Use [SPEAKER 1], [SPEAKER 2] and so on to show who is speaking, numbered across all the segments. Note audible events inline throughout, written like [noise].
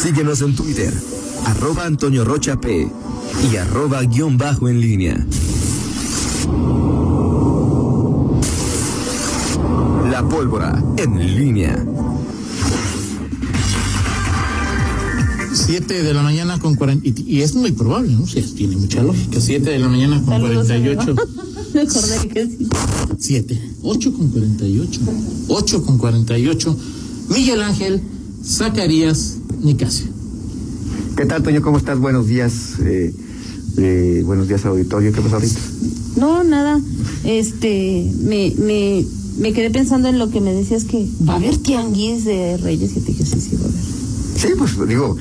[SPEAKER 1] Síguenos en Twitter, arroba Antonio Rocha P y arroba guión bajo en línea. La pólvora en línea.
[SPEAKER 2] 7 de la mañana con 40. Y, y es muy probable, ¿no? sé, tiene mucha lógica. 7 de la mañana con
[SPEAKER 3] Saludos,
[SPEAKER 2] 48.
[SPEAKER 3] Me acordé que sí.
[SPEAKER 2] 7, 8 con 48. 8 con 48. Miguel Ángel Zacarías Nicasio.
[SPEAKER 4] ¿Qué tal, Toño? ¿Cómo estás? Buenos días. eh, eh, buenos días, auditorio. ¿Qué pasa ahorita?
[SPEAKER 3] No, nada. Este, me, me, me quedé pensando en lo que me decías que va a haber tianguis de Reyes y te dije sí, sí, va a haber.
[SPEAKER 4] Sí, pues digo.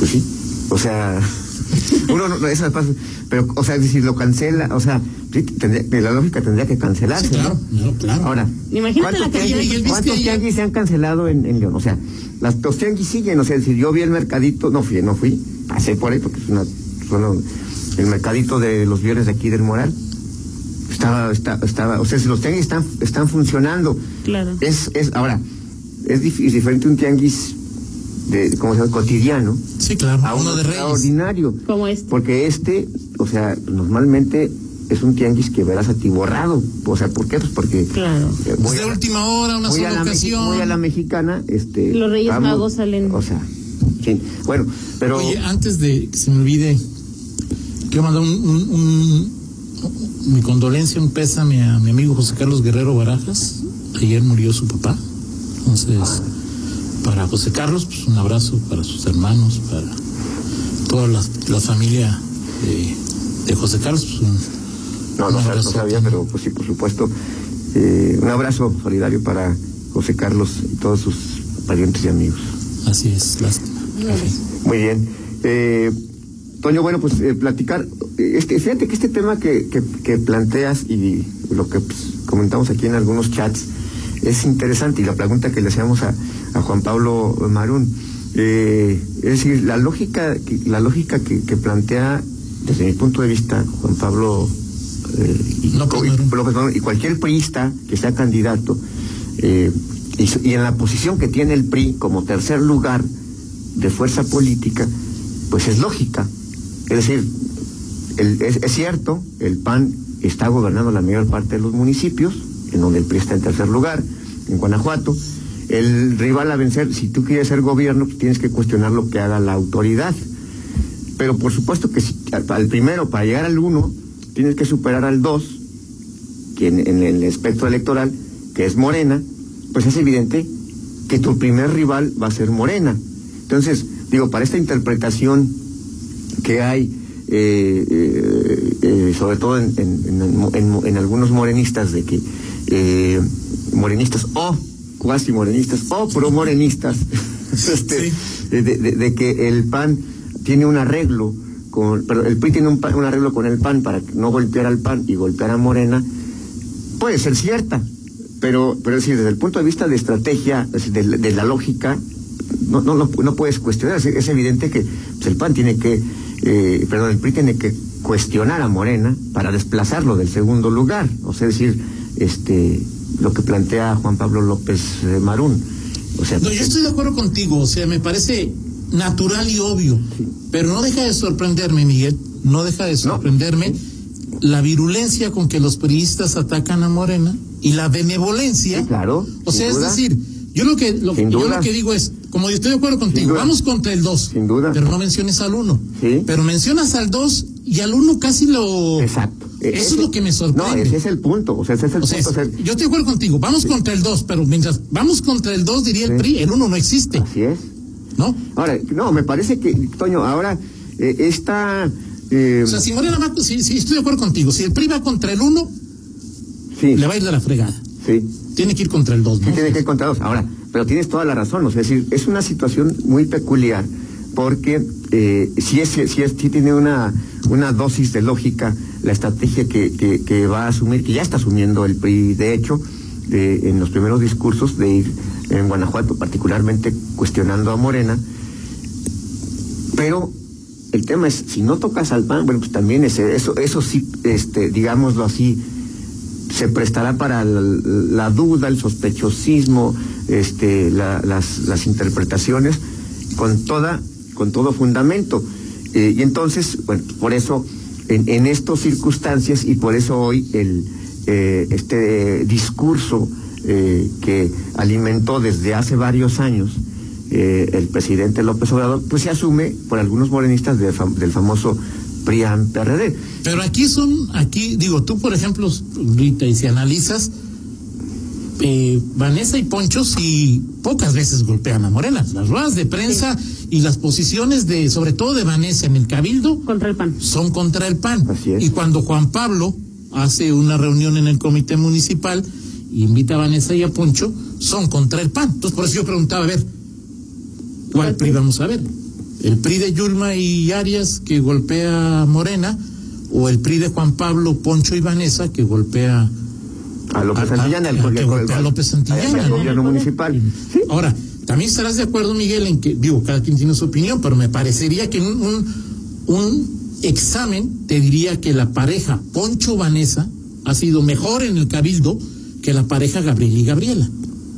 [SPEAKER 4] Pues sí. O sea. [laughs] Uno no, no, eso pasa. Pero, o sea, si lo cancela, o sea, sí, tendría- la lógica tendría que cancelarse.
[SPEAKER 2] Sí, claro,
[SPEAKER 4] ¿no?
[SPEAKER 2] claro, claro.
[SPEAKER 4] Ahora,
[SPEAKER 3] Imagínate la
[SPEAKER 4] ¿Cuántos
[SPEAKER 2] Miguel
[SPEAKER 3] cantidad
[SPEAKER 4] tianguis,
[SPEAKER 3] de...
[SPEAKER 2] Vizquel?
[SPEAKER 4] cuántos tianguis se han cancelado en, en León? O sea, las, los tianguis siguen. O sea, si yo vi el mercadito, no fui, no fui, pasé por ahí porque es una zona. El mercadito de los viernes de aquí del Moral. Estaba, esta- estaba, o sea, si los tianguis están, están funcionando.
[SPEAKER 3] Claro.
[SPEAKER 4] Es, es, ahora, es dif- es diferente un tianguis de, ¿cómo se llama? cotidiano
[SPEAKER 2] Sí, claro.
[SPEAKER 4] a uno
[SPEAKER 2] de Reyes.
[SPEAKER 4] extraordinario.
[SPEAKER 3] Como este.
[SPEAKER 4] Porque este, o sea, normalmente es un tianguis que verás atiborrado. O sea, ¿por qué? Pues porque.
[SPEAKER 3] Claro.
[SPEAKER 4] eh, voy
[SPEAKER 2] Es de
[SPEAKER 4] a-
[SPEAKER 2] última hora, una
[SPEAKER 4] voy a
[SPEAKER 2] sola
[SPEAKER 4] la mexi-
[SPEAKER 2] ocasión.
[SPEAKER 4] voy a la mexicana, este.
[SPEAKER 3] Los Reyes Magos salen.
[SPEAKER 4] O sea, sí. bueno, pero.
[SPEAKER 2] Oye, antes de que se me olvide, quiero mandar un, un- un- mi condolencia, un pésame a mi amigo José Carlos Guerrero Barajas. Ayer murió su papá. Entonces, para José Carlos, pues un abrazo para sus hermanos, para toda la, la familia de, de José Carlos. pues, un-
[SPEAKER 4] no,
[SPEAKER 2] un
[SPEAKER 4] no, sab- no
[SPEAKER 2] abrazo.
[SPEAKER 4] sabía, pero pues sí, por supuesto. eh, un abrazo solidario para José Carlos y todos sus parientes y amigos.
[SPEAKER 2] Así es, lástima.
[SPEAKER 4] Muy bien. Eh, Toño, bueno, pues eh, platicar. eh, Este, fíjate que este tema que, que, que planteas y lo que pues, comentamos aquí en algunos chats es interesante y la pregunta que le hacíamos a, a Juan Pablo Marún. eh, es decir, la lógica, que- la lógica que, que plantea, desde mi punto de vista, Juan Pablo eh, y,
[SPEAKER 2] López
[SPEAKER 4] y-
[SPEAKER 2] Marún.
[SPEAKER 4] López Obrador y cualquier priista que sea candidato, eh, y, su- y en la posición que tiene el PRI como tercer lugar de fuerza política, pues es lógica. Es decir, el- es, es cierto, el PAN está gobernando la mayor parte de los municipios, en donde el PRI está en tercer lugar, en Guanajuato. El rival a vencer, si tú quieres ser gobierno, pues tienes que cuestionar lo que haga la autoridad. Pero por supuesto que si, al, al primero, para llegar al uno, tienes que superar al dos, que en, en el espectro electoral, que es Morena, pues es evidente que tu primer rival va a ser Morena. Entonces, digo, para esta interpretación que hay, eh, eh, eh, sobre todo en, en- en- en- en algunos morenistas, de que eh, morenistas o cuasi morenistas o pro morenistas, [laughs] este,
[SPEAKER 2] Sí.
[SPEAKER 4] de, de- de que el PAN tiene un arreglo con, pero el PRI tiene un, pa- un arreglo con el PAN para no golpear al PAN y golpear a Morena, puede ser cierta, pero, pero es decir, desde el punto de vista de estrategia, es decir, de, la- de la lógica, no, no, no, no puedes cuestionar. Es, es evidente que pues, el PAN tiene que, eh, perdón, el PRI tiene que cuestionar a Morena para desplazarlo del segundo lugar. O sea, es decir, este, lo que plantea Juan Pablo López eh, Marún. O sea,
[SPEAKER 2] No, yo estoy de acuerdo contigo, o sea, me parece natural y obvio, pero no deja de sorprenderme, Miguel, no deja de sorprenderme la virulencia con que los periodistas atacan a Morena y la benevolencia.
[SPEAKER 4] Sí, claro,
[SPEAKER 2] O
[SPEAKER 4] sin
[SPEAKER 2] sea, es
[SPEAKER 4] duda.
[SPEAKER 2] decir, yo lo que lo,
[SPEAKER 4] Sin
[SPEAKER 2] yo
[SPEAKER 4] duda.
[SPEAKER 2] lo que digo es, como yo estoy de acuerdo contigo,
[SPEAKER 4] duda.
[SPEAKER 2] vamos contra el 2,
[SPEAKER 4] Sin duda.
[SPEAKER 2] pero no menciones al 1.
[SPEAKER 4] Sí.
[SPEAKER 2] Pero mencionas al 2 y al 1 casi lo
[SPEAKER 4] exacto.
[SPEAKER 2] Eso
[SPEAKER 4] Ese-
[SPEAKER 2] es lo que me sorprende.
[SPEAKER 4] No, ese es el punto. O sea, ese es el
[SPEAKER 2] O sea,
[SPEAKER 4] punto. o sea,
[SPEAKER 2] yo estoy de acuerdo contigo, vamos contra el 2, pero mientras vamos contra el 2 diría el
[SPEAKER 4] Sí.
[SPEAKER 2] PRI, el 1 no existe,
[SPEAKER 4] así es.
[SPEAKER 2] ¿no?
[SPEAKER 4] Ahora, no, me parece que, Toño, ahora eh, esta. eh,
[SPEAKER 2] O sea, si Morena va, sí, sí, estoy de acuerdo contigo. Si el PRI va contra el 1,
[SPEAKER 4] sí,
[SPEAKER 2] le va a ir de la fregada.
[SPEAKER 4] sí.
[SPEAKER 2] Tiene que ir contra el 2,
[SPEAKER 4] Sí,
[SPEAKER 2] ¿no?
[SPEAKER 4] tiene que ir contra dos. Ahora, pero tienes toda la razón, o sea, es decir, es una situación muy peculiar, porque eh, sí, es, sí, es- sí tiene una, una dosis de lógica la estrategia que, que- que va a asumir, que ya está asumiendo el PRI, de hecho, de- en los primeros discursos de ir en Guanajuato, particularmente cuestionando a Morena, pero el tema es, si no tocas al PAN, bueno, pues también ese, eso, eso sí, este, digámoslo así, se prestará para la, la duda, el sospechosismo, este, la- las, las interpretaciones con, toda, con todo fundamento. Eh, y entonces, bueno, por eso, en, en estas circunstancias y por eso hoy el, eh, este discurso eh, que alimentó desde hace varios años eh, el presidente López Obrador, pues se asume por algunos morenistas de fam- del famoso PRIAN-PRD.
[SPEAKER 2] Pero aquí son, aquí, digo, tú por ejemplo, Rita, y si analizas, eh, Vanessa y Poncho sí pocas veces golpean a Morena. Las ruedas de prensa y las posiciones de, sobre todo de Vanessa en el Cabildo,
[SPEAKER 3] Contra el PAN.
[SPEAKER 2] son contra el PAN.
[SPEAKER 4] Así es.
[SPEAKER 2] Y cuando Juan Pablo hace una reunión en el comité municipal y invita a Vanessa y a Poncho, son contra el PAN. Entonces por eso yo preguntaba, a ver, ¿cuál PRI vamos a ver? ¿El PRI de Yulma y Arias que golpea a Morena? ¿O el PRI de Juan Pablo, Poncho y Vanessa que golpea
[SPEAKER 4] A López
[SPEAKER 2] A- a-
[SPEAKER 4] Santillana, el,
[SPEAKER 2] a-
[SPEAKER 4] el-
[SPEAKER 2] que golpea a López Santillana.
[SPEAKER 4] al gobierno municipal. Sí,
[SPEAKER 2] Ahora, también estarás de acuerdo, Miguel, en que, digo, cada quien tiene su opinión, pero me parecería que en un, un, un examen te diría que la pareja Poncho-Vanessa ha sido mejor en el cabildo que la pareja Gabriel y Gabriela.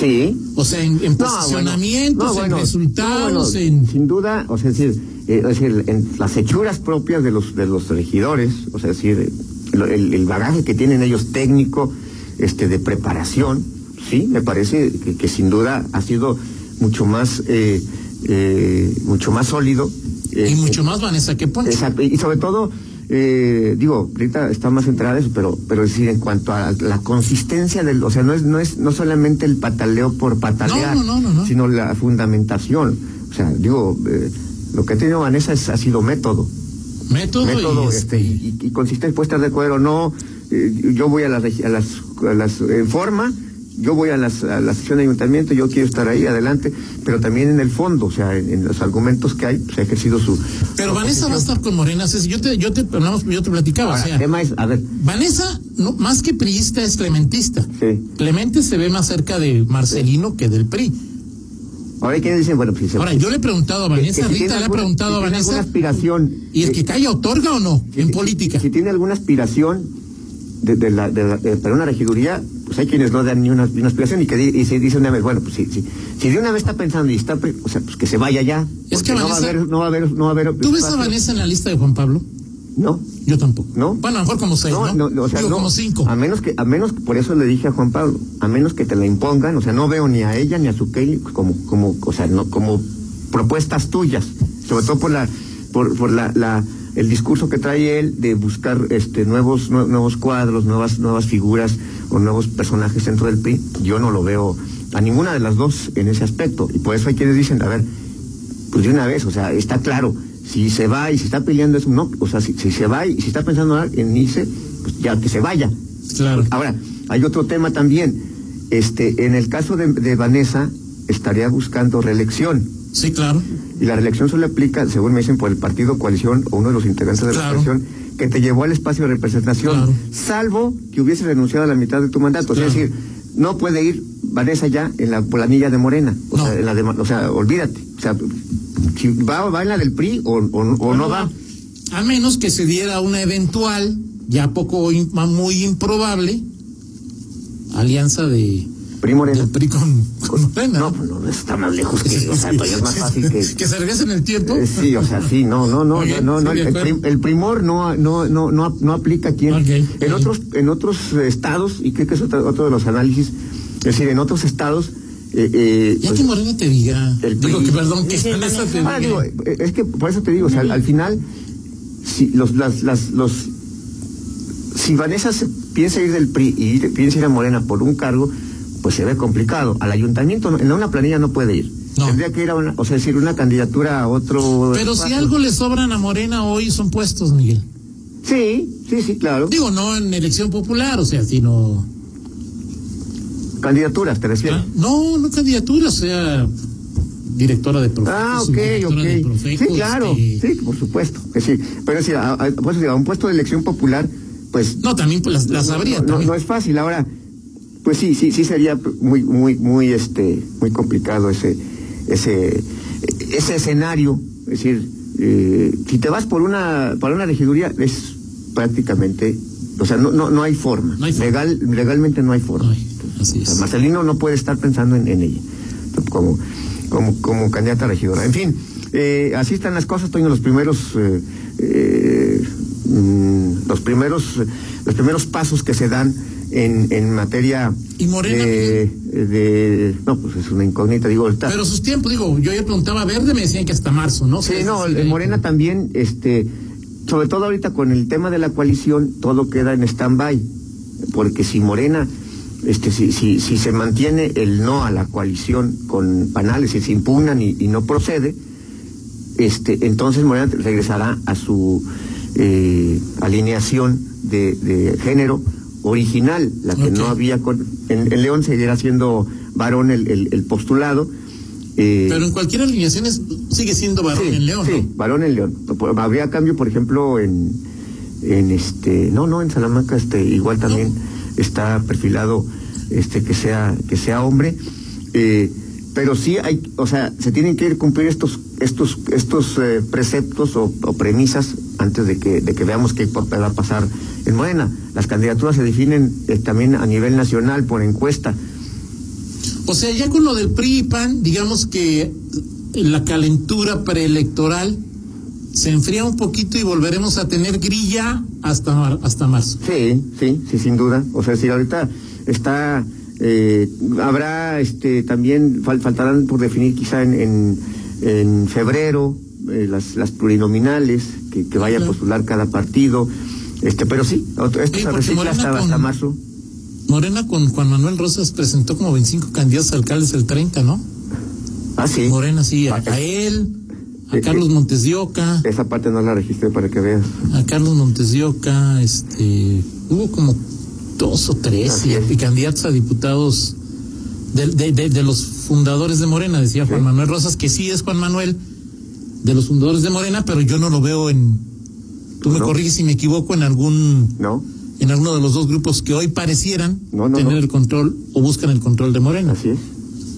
[SPEAKER 4] sí.
[SPEAKER 2] O sea, en, en
[SPEAKER 4] No,
[SPEAKER 2] posicionamientos,
[SPEAKER 4] bueno, no, bueno,
[SPEAKER 2] en resultados,
[SPEAKER 4] no, bueno,
[SPEAKER 2] en...
[SPEAKER 4] Sin duda, o sea, es decir, eh, es decir, en las hechuras propias de los, de los regidores, o sea, es decir, el, el- el bagaje que tienen ellos técnico, este, de preparación, sí, me parece que, que sin duda ha sido mucho más, eh, eh, mucho más sólido. eh,
[SPEAKER 2] Y mucho más Vanessa que Poncho.
[SPEAKER 4] Exacto, y sobre todo, eh, digo, ahorita está más centrada eso, pero, pero es decir, en cuanto a la consistencia del, o sea, no es, no es, no solamente el pataleo por patalear,
[SPEAKER 2] No, no, no, no, no.
[SPEAKER 4] sino la fundamentación. O sea, digo, eh, lo que ha tenido Vanessa es- ha sido método
[SPEAKER 2] Método,
[SPEAKER 4] método
[SPEAKER 2] y
[SPEAKER 4] este,
[SPEAKER 2] este...
[SPEAKER 4] y, y consistente puede estar de acuerdo o no eh, yo voy a las regi- a las, a las en forma yo voy a las a la sesión de ayuntamiento yo quiero estar ahí adelante pero también en el fondo o sea en, en los argumentos que hay se ha ejercido su
[SPEAKER 2] Pero Vanessa va a estar con Morena, Ceci, yo te, yo te, hablamos- yo te platicaba,
[SPEAKER 4] Ahora,
[SPEAKER 2] o sea...
[SPEAKER 4] el tema es a ver
[SPEAKER 2] Vanessa, no, más que priista, es clementista.
[SPEAKER 4] Sí.
[SPEAKER 2] Clemente se ve más cerca de Marcelino que del PRI.
[SPEAKER 4] ahora hay quienes dicen bueno pues si se-
[SPEAKER 2] Ahora, yo le he preguntado a Vanessa,
[SPEAKER 4] que si tiene
[SPEAKER 2] Rita le ha
[SPEAKER 4] alguna-
[SPEAKER 2] preguntado a
[SPEAKER 4] si tiene alguna
[SPEAKER 2] Vanessa,
[SPEAKER 4] aspiración
[SPEAKER 2] ¿y el
[SPEAKER 4] eh,
[SPEAKER 2] que calla otorga o no
[SPEAKER 4] si-
[SPEAKER 2] en
[SPEAKER 4] si-
[SPEAKER 2] política?
[SPEAKER 4] si tiene alguna aspiración de, de la, de la- de- para una regiduría, pues hay quienes no dan ni una, ni una aspiración y que di- y se dice una vez, bueno, pues si, si, si de una vez está pensando y está, pe- o sea, pues que se vaya ya.
[SPEAKER 2] Es que
[SPEAKER 4] porque no va a
[SPEAKER 2] Vanessa-
[SPEAKER 4] haber, no va a haber, no va a haber.
[SPEAKER 2] ¿Tú ves a
[SPEAKER 4] espacio.
[SPEAKER 2] Vanessa en la lista de Juan Pablo?
[SPEAKER 4] No.
[SPEAKER 2] Yo tampoco.
[SPEAKER 4] No.
[SPEAKER 2] Bueno, a lo mejor como seis, ¿no?
[SPEAKER 4] no, no, o sea,
[SPEAKER 2] Digo,
[SPEAKER 4] no.
[SPEAKER 2] como cinco.
[SPEAKER 4] A menos que, a menos que, por eso le dije a Juan Pablo, a menos que te la impongan, o sea, no veo ni a ella ni a su Kelly como, como, o sea, no, como propuestas tuyas, sobre todo por la, por, por la, la- el discurso que trae él de buscar este nuevos, nue- nuevos cuadros, nuevas, nuevas figuras o nuevos personajes dentro del PRI, yo no lo veo a ninguna de las dos en ese aspecto. Y por eso hay quienes dicen, a ver, pues de una vez, o sea, está claro, si se va y si está peleando eso, no, o sea, si, si se va y si está pensando en irse, pues ya que se vaya.
[SPEAKER 2] Claro.
[SPEAKER 4] Ahora, hay otro tema también, este, en el caso de, de Vanessa, estaría buscando reelección,
[SPEAKER 2] Sí, claro.
[SPEAKER 4] y la reelección solo aplica, según me dicen, por el partido coalición o uno de los integrantes de la
[SPEAKER 2] Claro.
[SPEAKER 4] coalición que te llevó al espacio de representación,
[SPEAKER 2] Claro.
[SPEAKER 4] salvo que hubiese renunciado a la mitad de tu mandato, es
[SPEAKER 2] Claro.
[SPEAKER 4] decir, no puede ir Vanessa ya en la planilla de Morena, o,
[SPEAKER 2] No.
[SPEAKER 4] sea, en la de- o sea, olvídate, o sea, si va, va en la del PRI o, o- o no va.
[SPEAKER 2] A menos que se diera una eventual, ya poco in- muy improbable, alianza de
[SPEAKER 4] PRI Morena.
[SPEAKER 2] del PRI con, con Morena.
[SPEAKER 4] No, pues no, está más lejos que, o sea, todavía es más fácil que,
[SPEAKER 2] se regrese en el tiempo.
[SPEAKER 4] Eh, Sí, o sea, sí, no, no, no,
[SPEAKER 2] Ok,
[SPEAKER 4] no, no,
[SPEAKER 2] sí, de
[SPEAKER 4] el,
[SPEAKER 2] acuerdo.
[SPEAKER 4] prim- el primor no, no, no, no, no aplica aquí. En,
[SPEAKER 2] Ok,
[SPEAKER 4] en
[SPEAKER 2] ok.
[SPEAKER 4] otros, en otros eh, estados, y creo que es otro, otro de los análisis, es decir, en otros estados, eh, eh,
[SPEAKER 2] ya
[SPEAKER 4] pues,
[SPEAKER 2] que Morena te diga.
[SPEAKER 4] el
[SPEAKER 2] digo
[SPEAKER 4] PRI.
[SPEAKER 2] que perdón, que
[SPEAKER 3] Sí, Ah,
[SPEAKER 2] Vanessa te
[SPEAKER 4] Ahora
[SPEAKER 2] diga.
[SPEAKER 4] digo, eh, es que por eso te digo, o sea, al, al final, si los, las, las, los, si Vanessa se piensa ir del PRI y ir- piensa ir a Morena por un cargo, pues se ve complicado. Al ayuntamiento, no- en una planilla no puede ir.
[SPEAKER 2] No.
[SPEAKER 4] Tendría que ir a una, o sea, decir, una candidatura a otro.
[SPEAKER 2] Pero si
[SPEAKER 4] espacio.
[SPEAKER 2] algo le sobran a Morena hoy son puestos, Miguel.
[SPEAKER 4] Sí, sí, sí, claro.
[SPEAKER 2] Digo, no en elección popular, o sea, sino. ¿ah?
[SPEAKER 4] Candidaturas, te refieres.
[SPEAKER 2] No, no candidatura, o sea, directora de Profeco.
[SPEAKER 4] Ah, ok,
[SPEAKER 2] subdirectora pues, de
[SPEAKER 4] ok.
[SPEAKER 2] Profeco,
[SPEAKER 4] Sí, claro,
[SPEAKER 2] este,
[SPEAKER 4] sí, por supuesto. Que sí. Pero sí, a, a- por eso digo, a un puesto de elección popular, pues.
[SPEAKER 2] No, también pues, las, las
[SPEAKER 4] no-
[SPEAKER 2] habría.
[SPEAKER 4] no,
[SPEAKER 2] también.
[SPEAKER 4] no es fácil. Ahora, pues sí, sí, sí sería muy, muy, muy, este, muy complicado ese, ese, ese escenario. Es decir, eh, si te vas por una, para una regiduría, es prácticamente. O sea, no, no, no hay forma.
[SPEAKER 2] No hay forma.
[SPEAKER 4] Legal, legalmente no hay forma.
[SPEAKER 2] Ay, Así
[SPEAKER 4] O sea,
[SPEAKER 2] es.
[SPEAKER 4] Marcelino no puede estar pensando en, en ella como, como, como candidata a regidora. En fin, eh, así están las cosas. Toño, los primeros eh, eh, mm, los primeros los primeros pasos que se dan en, en materia
[SPEAKER 2] ¿Y Morena,
[SPEAKER 4] de, de- no pues es una incógnita digo ahorita
[SPEAKER 2] Pero sus tiempos, digo, yo ya preguntaba a Verde, me decían que hasta marzo, ¿no?
[SPEAKER 4] Sí,
[SPEAKER 2] Es
[SPEAKER 4] no,
[SPEAKER 2] decir,
[SPEAKER 4] en
[SPEAKER 2] ahí-
[SPEAKER 4] Morena también, este, sobre todo ahorita con el tema de la coalición, todo queda en stand-by, porque si Morena, este, si, si, si se mantiene el no a la coalición con Panales, si se impugnan y, y no procede, este, entonces Morena regresará a su eh, alineación de, de género original, la que no
[SPEAKER 2] Ok.
[SPEAKER 4] había con- en, en León seguirá siendo varón el, el- el postulado. eh,
[SPEAKER 2] Pero en cualquier alineación es- sigue siendo varón
[SPEAKER 4] Sí,
[SPEAKER 2] en León,
[SPEAKER 4] sí, varón en León. Por- Habría cambio, por ejemplo, en, en este, no, no, en Salamanca, este, igual también está perfilado, este, que sea, que sea hombre. Eh, pero sí hay, o sea, se tienen que ir cumplir estos, estos, estos eh, preceptos o, o premisas antes de que, de que veamos qué pa- va a pasar en Morena. Las candidaturas se definen eh, también a nivel nacional por encuesta.
[SPEAKER 2] ¿no? O sea, ya con lo del PRI y PAN, digamos que eh, la calentura preelectoral se enfría un poquito y volveremos a tener grilla hasta, mar- hasta marzo.
[SPEAKER 4] Sí, sí, sí, sin duda. O sea, si ahorita está, eh, habrá, este, también fal- faltarán por definir quizá en, en, en febrero eh, las, las plurinominales que, que vaya a
[SPEAKER 2] Claro.
[SPEAKER 4] postular cada partido. Este, pero sí, otro- esto
[SPEAKER 2] Sí,
[SPEAKER 4] se
[SPEAKER 2] porque
[SPEAKER 4] recicla
[SPEAKER 2] Morena
[SPEAKER 4] hasta,
[SPEAKER 2] con-
[SPEAKER 4] hasta marzo.
[SPEAKER 2] Morena con Juan Manuel Rosas presentó como 25 candidatos a alcaldes el 30, ¿no?
[SPEAKER 4] Ah, sí.
[SPEAKER 2] Morena sí, a,
[SPEAKER 4] Ah,
[SPEAKER 2] a él, a
[SPEAKER 4] eh,
[SPEAKER 2] Carlos
[SPEAKER 4] eh.
[SPEAKER 2] Montes de Oca,
[SPEAKER 4] Esa parte no la registré para que veas.
[SPEAKER 2] a Carlos Montes de Oca, este, hubo como dos o tres
[SPEAKER 4] Así
[SPEAKER 2] y-
[SPEAKER 4] es.
[SPEAKER 2] y candidatos a diputados de, de- de- de los fundadores de Morena, decía Juan
[SPEAKER 4] Sí.
[SPEAKER 2] Manuel Rosas, que sí es Juan Manuel de los fundadores de Morena, pero yo no lo veo en, tú me
[SPEAKER 4] No.
[SPEAKER 2] corriges si me equivoco, en algún,
[SPEAKER 4] ¿No?
[SPEAKER 2] en alguno de los dos grupos que hoy parecieran
[SPEAKER 4] No, no,
[SPEAKER 2] tener
[SPEAKER 4] no.
[SPEAKER 2] el control o buscan el control de Morena.
[SPEAKER 4] Así es.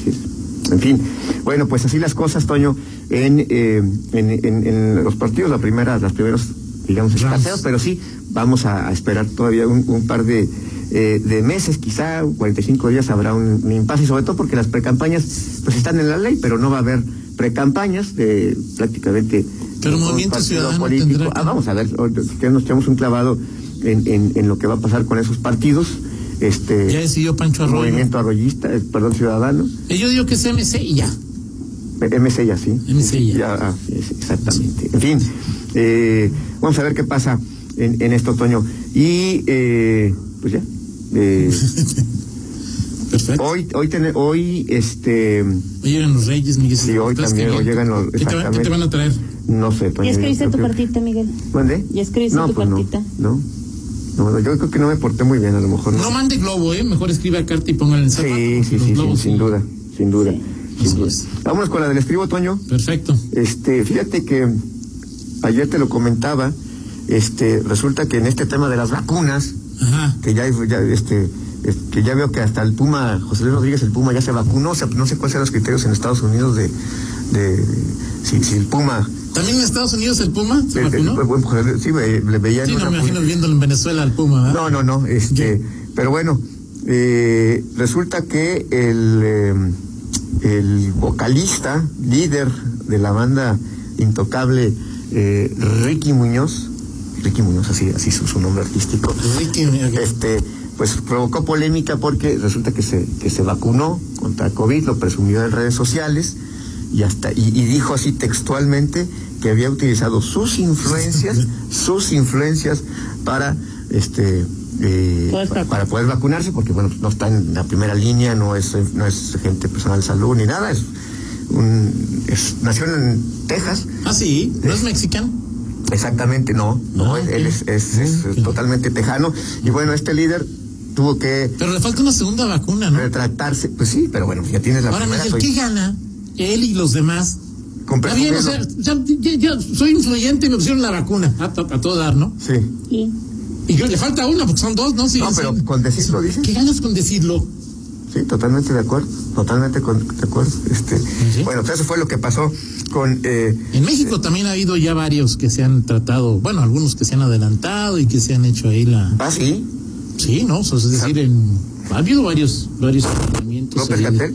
[SPEAKER 4] así es. En fin, bueno, pues así las cosas, Toño, en, eh, en, en- en los partidos, la primera, las primeros, digamos,
[SPEAKER 2] Rounds.
[SPEAKER 4] escaseos, pero sí, vamos a, a esperar todavía un, un par de, eh, de meses, quizá 45 días habrá un, un impasse, y sobre todo porque las precampañas, pues están en la ley, pero no va a haber precampañas de prácticamente.
[SPEAKER 2] Pero
[SPEAKER 4] ningún
[SPEAKER 2] Movimiento
[SPEAKER 4] partido
[SPEAKER 2] Ciudadano
[SPEAKER 4] político.
[SPEAKER 2] tendrá que-
[SPEAKER 4] Ah, vamos a ver, ahorita que nos echamos un clavado en, en- en lo que va a pasar con esos partidos. Este,
[SPEAKER 2] Ya decidió Pancho Arroyo.
[SPEAKER 4] Movimiento Arroyista, eh, perdón, Ciudadano,
[SPEAKER 2] Eh, Yo digo que es MC y ya. [laughs]
[SPEAKER 4] eh, MC ya, sí.
[SPEAKER 2] MC ya.
[SPEAKER 4] ah, es- exactamente. En fin, eh, vamos a ver qué pasa en, en este otoño. Y, eh, pues ya. [laughs] eh,
[SPEAKER 2] Perfecto.
[SPEAKER 4] hoy, hoy, tene- hoy, este,
[SPEAKER 2] Hoy llegan los Reyes, Miguel.
[SPEAKER 4] Sí, hoy
[SPEAKER 2] Estás
[SPEAKER 4] también, hoy
[SPEAKER 2] caliente.
[SPEAKER 4] llegan los-
[SPEAKER 2] ¿Qué te, va- qué te van a traer?
[SPEAKER 4] no sé, Toño,
[SPEAKER 3] ¿Ya escribiste tu
[SPEAKER 4] Pues yo creo que-
[SPEAKER 3] cartita, Miguel?
[SPEAKER 4] ¿Mande?
[SPEAKER 3] ¿Ya escribiste
[SPEAKER 4] no,
[SPEAKER 3] tu
[SPEAKER 4] pues no,
[SPEAKER 3] cartita?
[SPEAKER 4] No, no, no, yo creo que no me porté muy bien, a lo mejor no.
[SPEAKER 2] No mande globo, ¿eh? Mejor escriba carta y póngale en zapato.
[SPEAKER 4] sí,
[SPEAKER 2] porque
[SPEAKER 4] sí,
[SPEAKER 2] los
[SPEAKER 4] sí, sin,
[SPEAKER 2] globos
[SPEAKER 4] sin duda, sin duda.
[SPEAKER 3] Sí.
[SPEAKER 4] sin
[SPEAKER 2] Así
[SPEAKER 4] duda.
[SPEAKER 2] es.
[SPEAKER 4] Vámonos con la del estribo, Toño.
[SPEAKER 2] Perfecto.
[SPEAKER 4] Este, fíjate que ayer te lo comentaba, este, resulta que en este tema de las vacunas,
[SPEAKER 2] Ajá.
[SPEAKER 4] que ya, ya, este, es- que ya veo que hasta el Puma, José Luis Rodríguez, el Puma ya se vacunó, o sea, no sé cuáles eran los criterios en Estados Unidos de, de si, si el Puma,
[SPEAKER 2] ¿También en Estados Unidos el Puma? ¿Se
[SPEAKER 4] el- el-
[SPEAKER 2] vacunó?
[SPEAKER 4] bueno, José Luis- sí, me- le veía en
[SPEAKER 2] sí, no
[SPEAKER 4] una
[SPEAKER 2] me imagino
[SPEAKER 4] public-
[SPEAKER 2] viéndolo en Venezuela al Puma, ¿verdad?
[SPEAKER 4] no, no, no, este, pero bueno, eh, resulta que el, eh, el vocalista, líder de la banda intocable, eh, Ricky Muñoz, Ricky Muñoz, así, así su, su nombre artístico,
[SPEAKER 2] Ricky, mira Pues que-
[SPEAKER 4] este, pues provocó polémica porque resulta que se, que se vacunó contra COVID, lo presumió en redes sociales y hasta y, y dijo así textualmente que había utilizado sus influencias, sus influencias para este eh,
[SPEAKER 3] Poder
[SPEAKER 4] pa-
[SPEAKER 3] vacunar.
[SPEAKER 4] para poder vacunarse porque bueno no está en la primera línea, no es no es gente personal de salud ni nada, es un es- nació en Texas,
[SPEAKER 2] Ah, sí. ¿No es mexicano?
[SPEAKER 4] Exactamente, no, no,
[SPEAKER 2] Ah,
[SPEAKER 4] él,
[SPEAKER 2] ok.
[SPEAKER 4] él es, es- es
[SPEAKER 2] Ah, ok.
[SPEAKER 4] totalmente tejano. Y bueno, este líder tuvo que
[SPEAKER 2] Pero le falta una segunda vacuna, ¿no?
[SPEAKER 4] retractarse, pues sí, pero bueno, ya tienes la
[SPEAKER 2] Ahora,
[SPEAKER 4] primera.
[SPEAKER 2] Miguel,
[SPEAKER 4] soy-
[SPEAKER 2] ¿qué gana él y los demás?
[SPEAKER 4] con
[SPEAKER 2] Está bien, o sea,
[SPEAKER 4] presumirlo.
[SPEAKER 2] ya, ya- ya soy influyente y me pusieron la vacuna. A, to- a todo dar, ¿no?
[SPEAKER 4] Sí,
[SPEAKER 3] Y
[SPEAKER 2] Y yo le falta una, porque son dos, ¿no? Sí,
[SPEAKER 4] No, pero
[SPEAKER 2] sí.
[SPEAKER 4] con decirlo, dices.
[SPEAKER 2] ¿Qué ganas con decirlo?
[SPEAKER 4] sí, totalmente de acuerdo, totalmente con- de acuerdo. Este,
[SPEAKER 2] ¿Ah, Sí.
[SPEAKER 4] Bueno, pues eso fue lo que pasó con... eh,
[SPEAKER 2] En México también ha habido ya varios que se han tratado, bueno, algunos que se han adelantado y que se han hecho ahí la,
[SPEAKER 4] ah, sí,
[SPEAKER 2] Sí, ¿no? O sea, es decir, en- ha habido varios, varios movimientos.
[SPEAKER 4] ¿López
[SPEAKER 2] ahí de-
[SPEAKER 4] Gatel?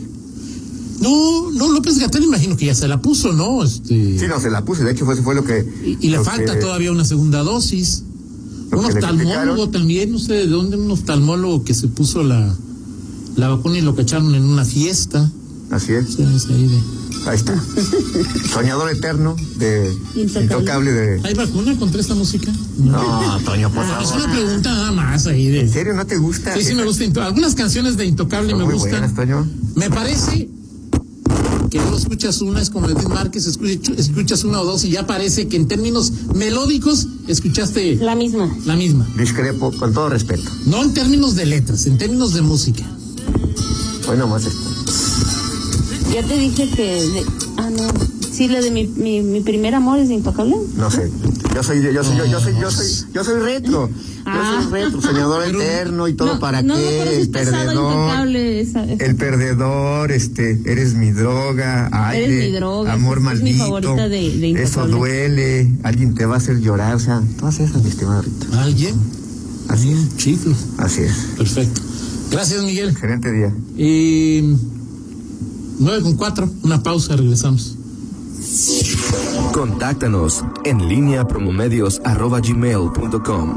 [SPEAKER 2] No, no, López Gatel imagino que ya se la puso, ¿no? Este,
[SPEAKER 4] Sí, no, se la puse. De hecho, fue- eso fue lo que.
[SPEAKER 2] y, y le
[SPEAKER 4] lo
[SPEAKER 2] falta
[SPEAKER 4] que-
[SPEAKER 2] todavía una segunda dosis.
[SPEAKER 4] lo
[SPEAKER 2] Un
[SPEAKER 4] que le
[SPEAKER 2] oftalmólogo
[SPEAKER 4] criticaron.
[SPEAKER 2] también, no sé de dónde, un oftalmólogo que se puso la, la vacuna y lo cacharon en una fiesta.
[SPEAKER 4] Así es.
[SPEAKER 2] Sí, es ahí de- [laughs]
[SPEAKER 4] Ahí está. Soñador eterno de
[SPEAKER 3] Intocable.
[SPEAKER 4] Intocable de.
[SPEAKER 2] ¿Hay vacuna contra esta música?
[SPEAKER 4] No, Toño, por
[SPEAKER 2] Es
[SPEAKER 4] favor.
[SPEAKER 2] una pregunta nada más ahí de...
[SPEAKER 4] ¿En serio no te gusta?
[SPEAKER 2] Sí, sí me gusta. Into- Algunas canciones de Intocable
[SPEAKER 4] Son
[SPEAKER 2] me
[SPEAKER 4] muy
[SPEAKER 2] gustan.
[SPEAKER 4] buenas, Toño.
[SPEAKER 2] Me parece que luego escuchas una, es como Edith Márquez, escuch- escuchas una o dos y ya parece que en términos melódicos escuchaste
[SPEAKER 3] La misma.
[SPEAKER 2] la misma.
[SPEAKER 4] Discrepo, con todo respeto.
[SPEAKER 2] No en términos de letras, en términos de música.
[SPEAKER 4] Hoy nomás esto.
[SPEAKER 3] Ya te dije que. de- ah, no. Sí, la de mi, mi, mi primer amor es de Intocable.
[SPEAKER 4] No sé. Yo soy, yo soy, yo, yo soy, yo soy, yo soy retro. Yo
[SPEAKER 3] Ah.
[SPEAKER 4] soy retro, soñador
[SPEAKER 2] Pero-
[SPEAKER 4] eterno y todo
[SPEAKER 3] no,
[SPEAKER 4] para
[SPEAKER 3] no,
[SPEAKER 4] qué,
[SPEAKER 3] No, pero
[SPEAKER 4] el
[SPEAKER 3] es pesado,
[SPEAKER 4] perdedor.
[SPEAKER 3] Intocable. esa- esa.
[SPEAKER 4] El perdedor, este, eres mi droga, aire,
[SPEAKER 3] mi droga,
[SPEAKER 4] amor
[SPEAKER 3] es mi
[SPEAKER 4] maldito,
[SPEAKER 3] favorita de- de
[SPEAKER 4] eso
[SPEAKER 3] Intocable.
[SPEAKER 4] duele, alguien te va a hacer llorar, o sea, todas esas, mi estimado Rito.
[SPEAKER 2] ¿Alguien?
[SPEAKER 4] Así es,
[SPEAKER 2] Chico.
[SPEAKER 4] así es.
[SPEAKER 2] Perfecto. Gracias, Miguel.
[SPEAKER 4] Excelente día.
[SPEAKER 2] Eh, 9 con 4, una pausa, regresamos.
[SPEAKER 1] Contáctanos en línea promomedios arroba gmail punto com.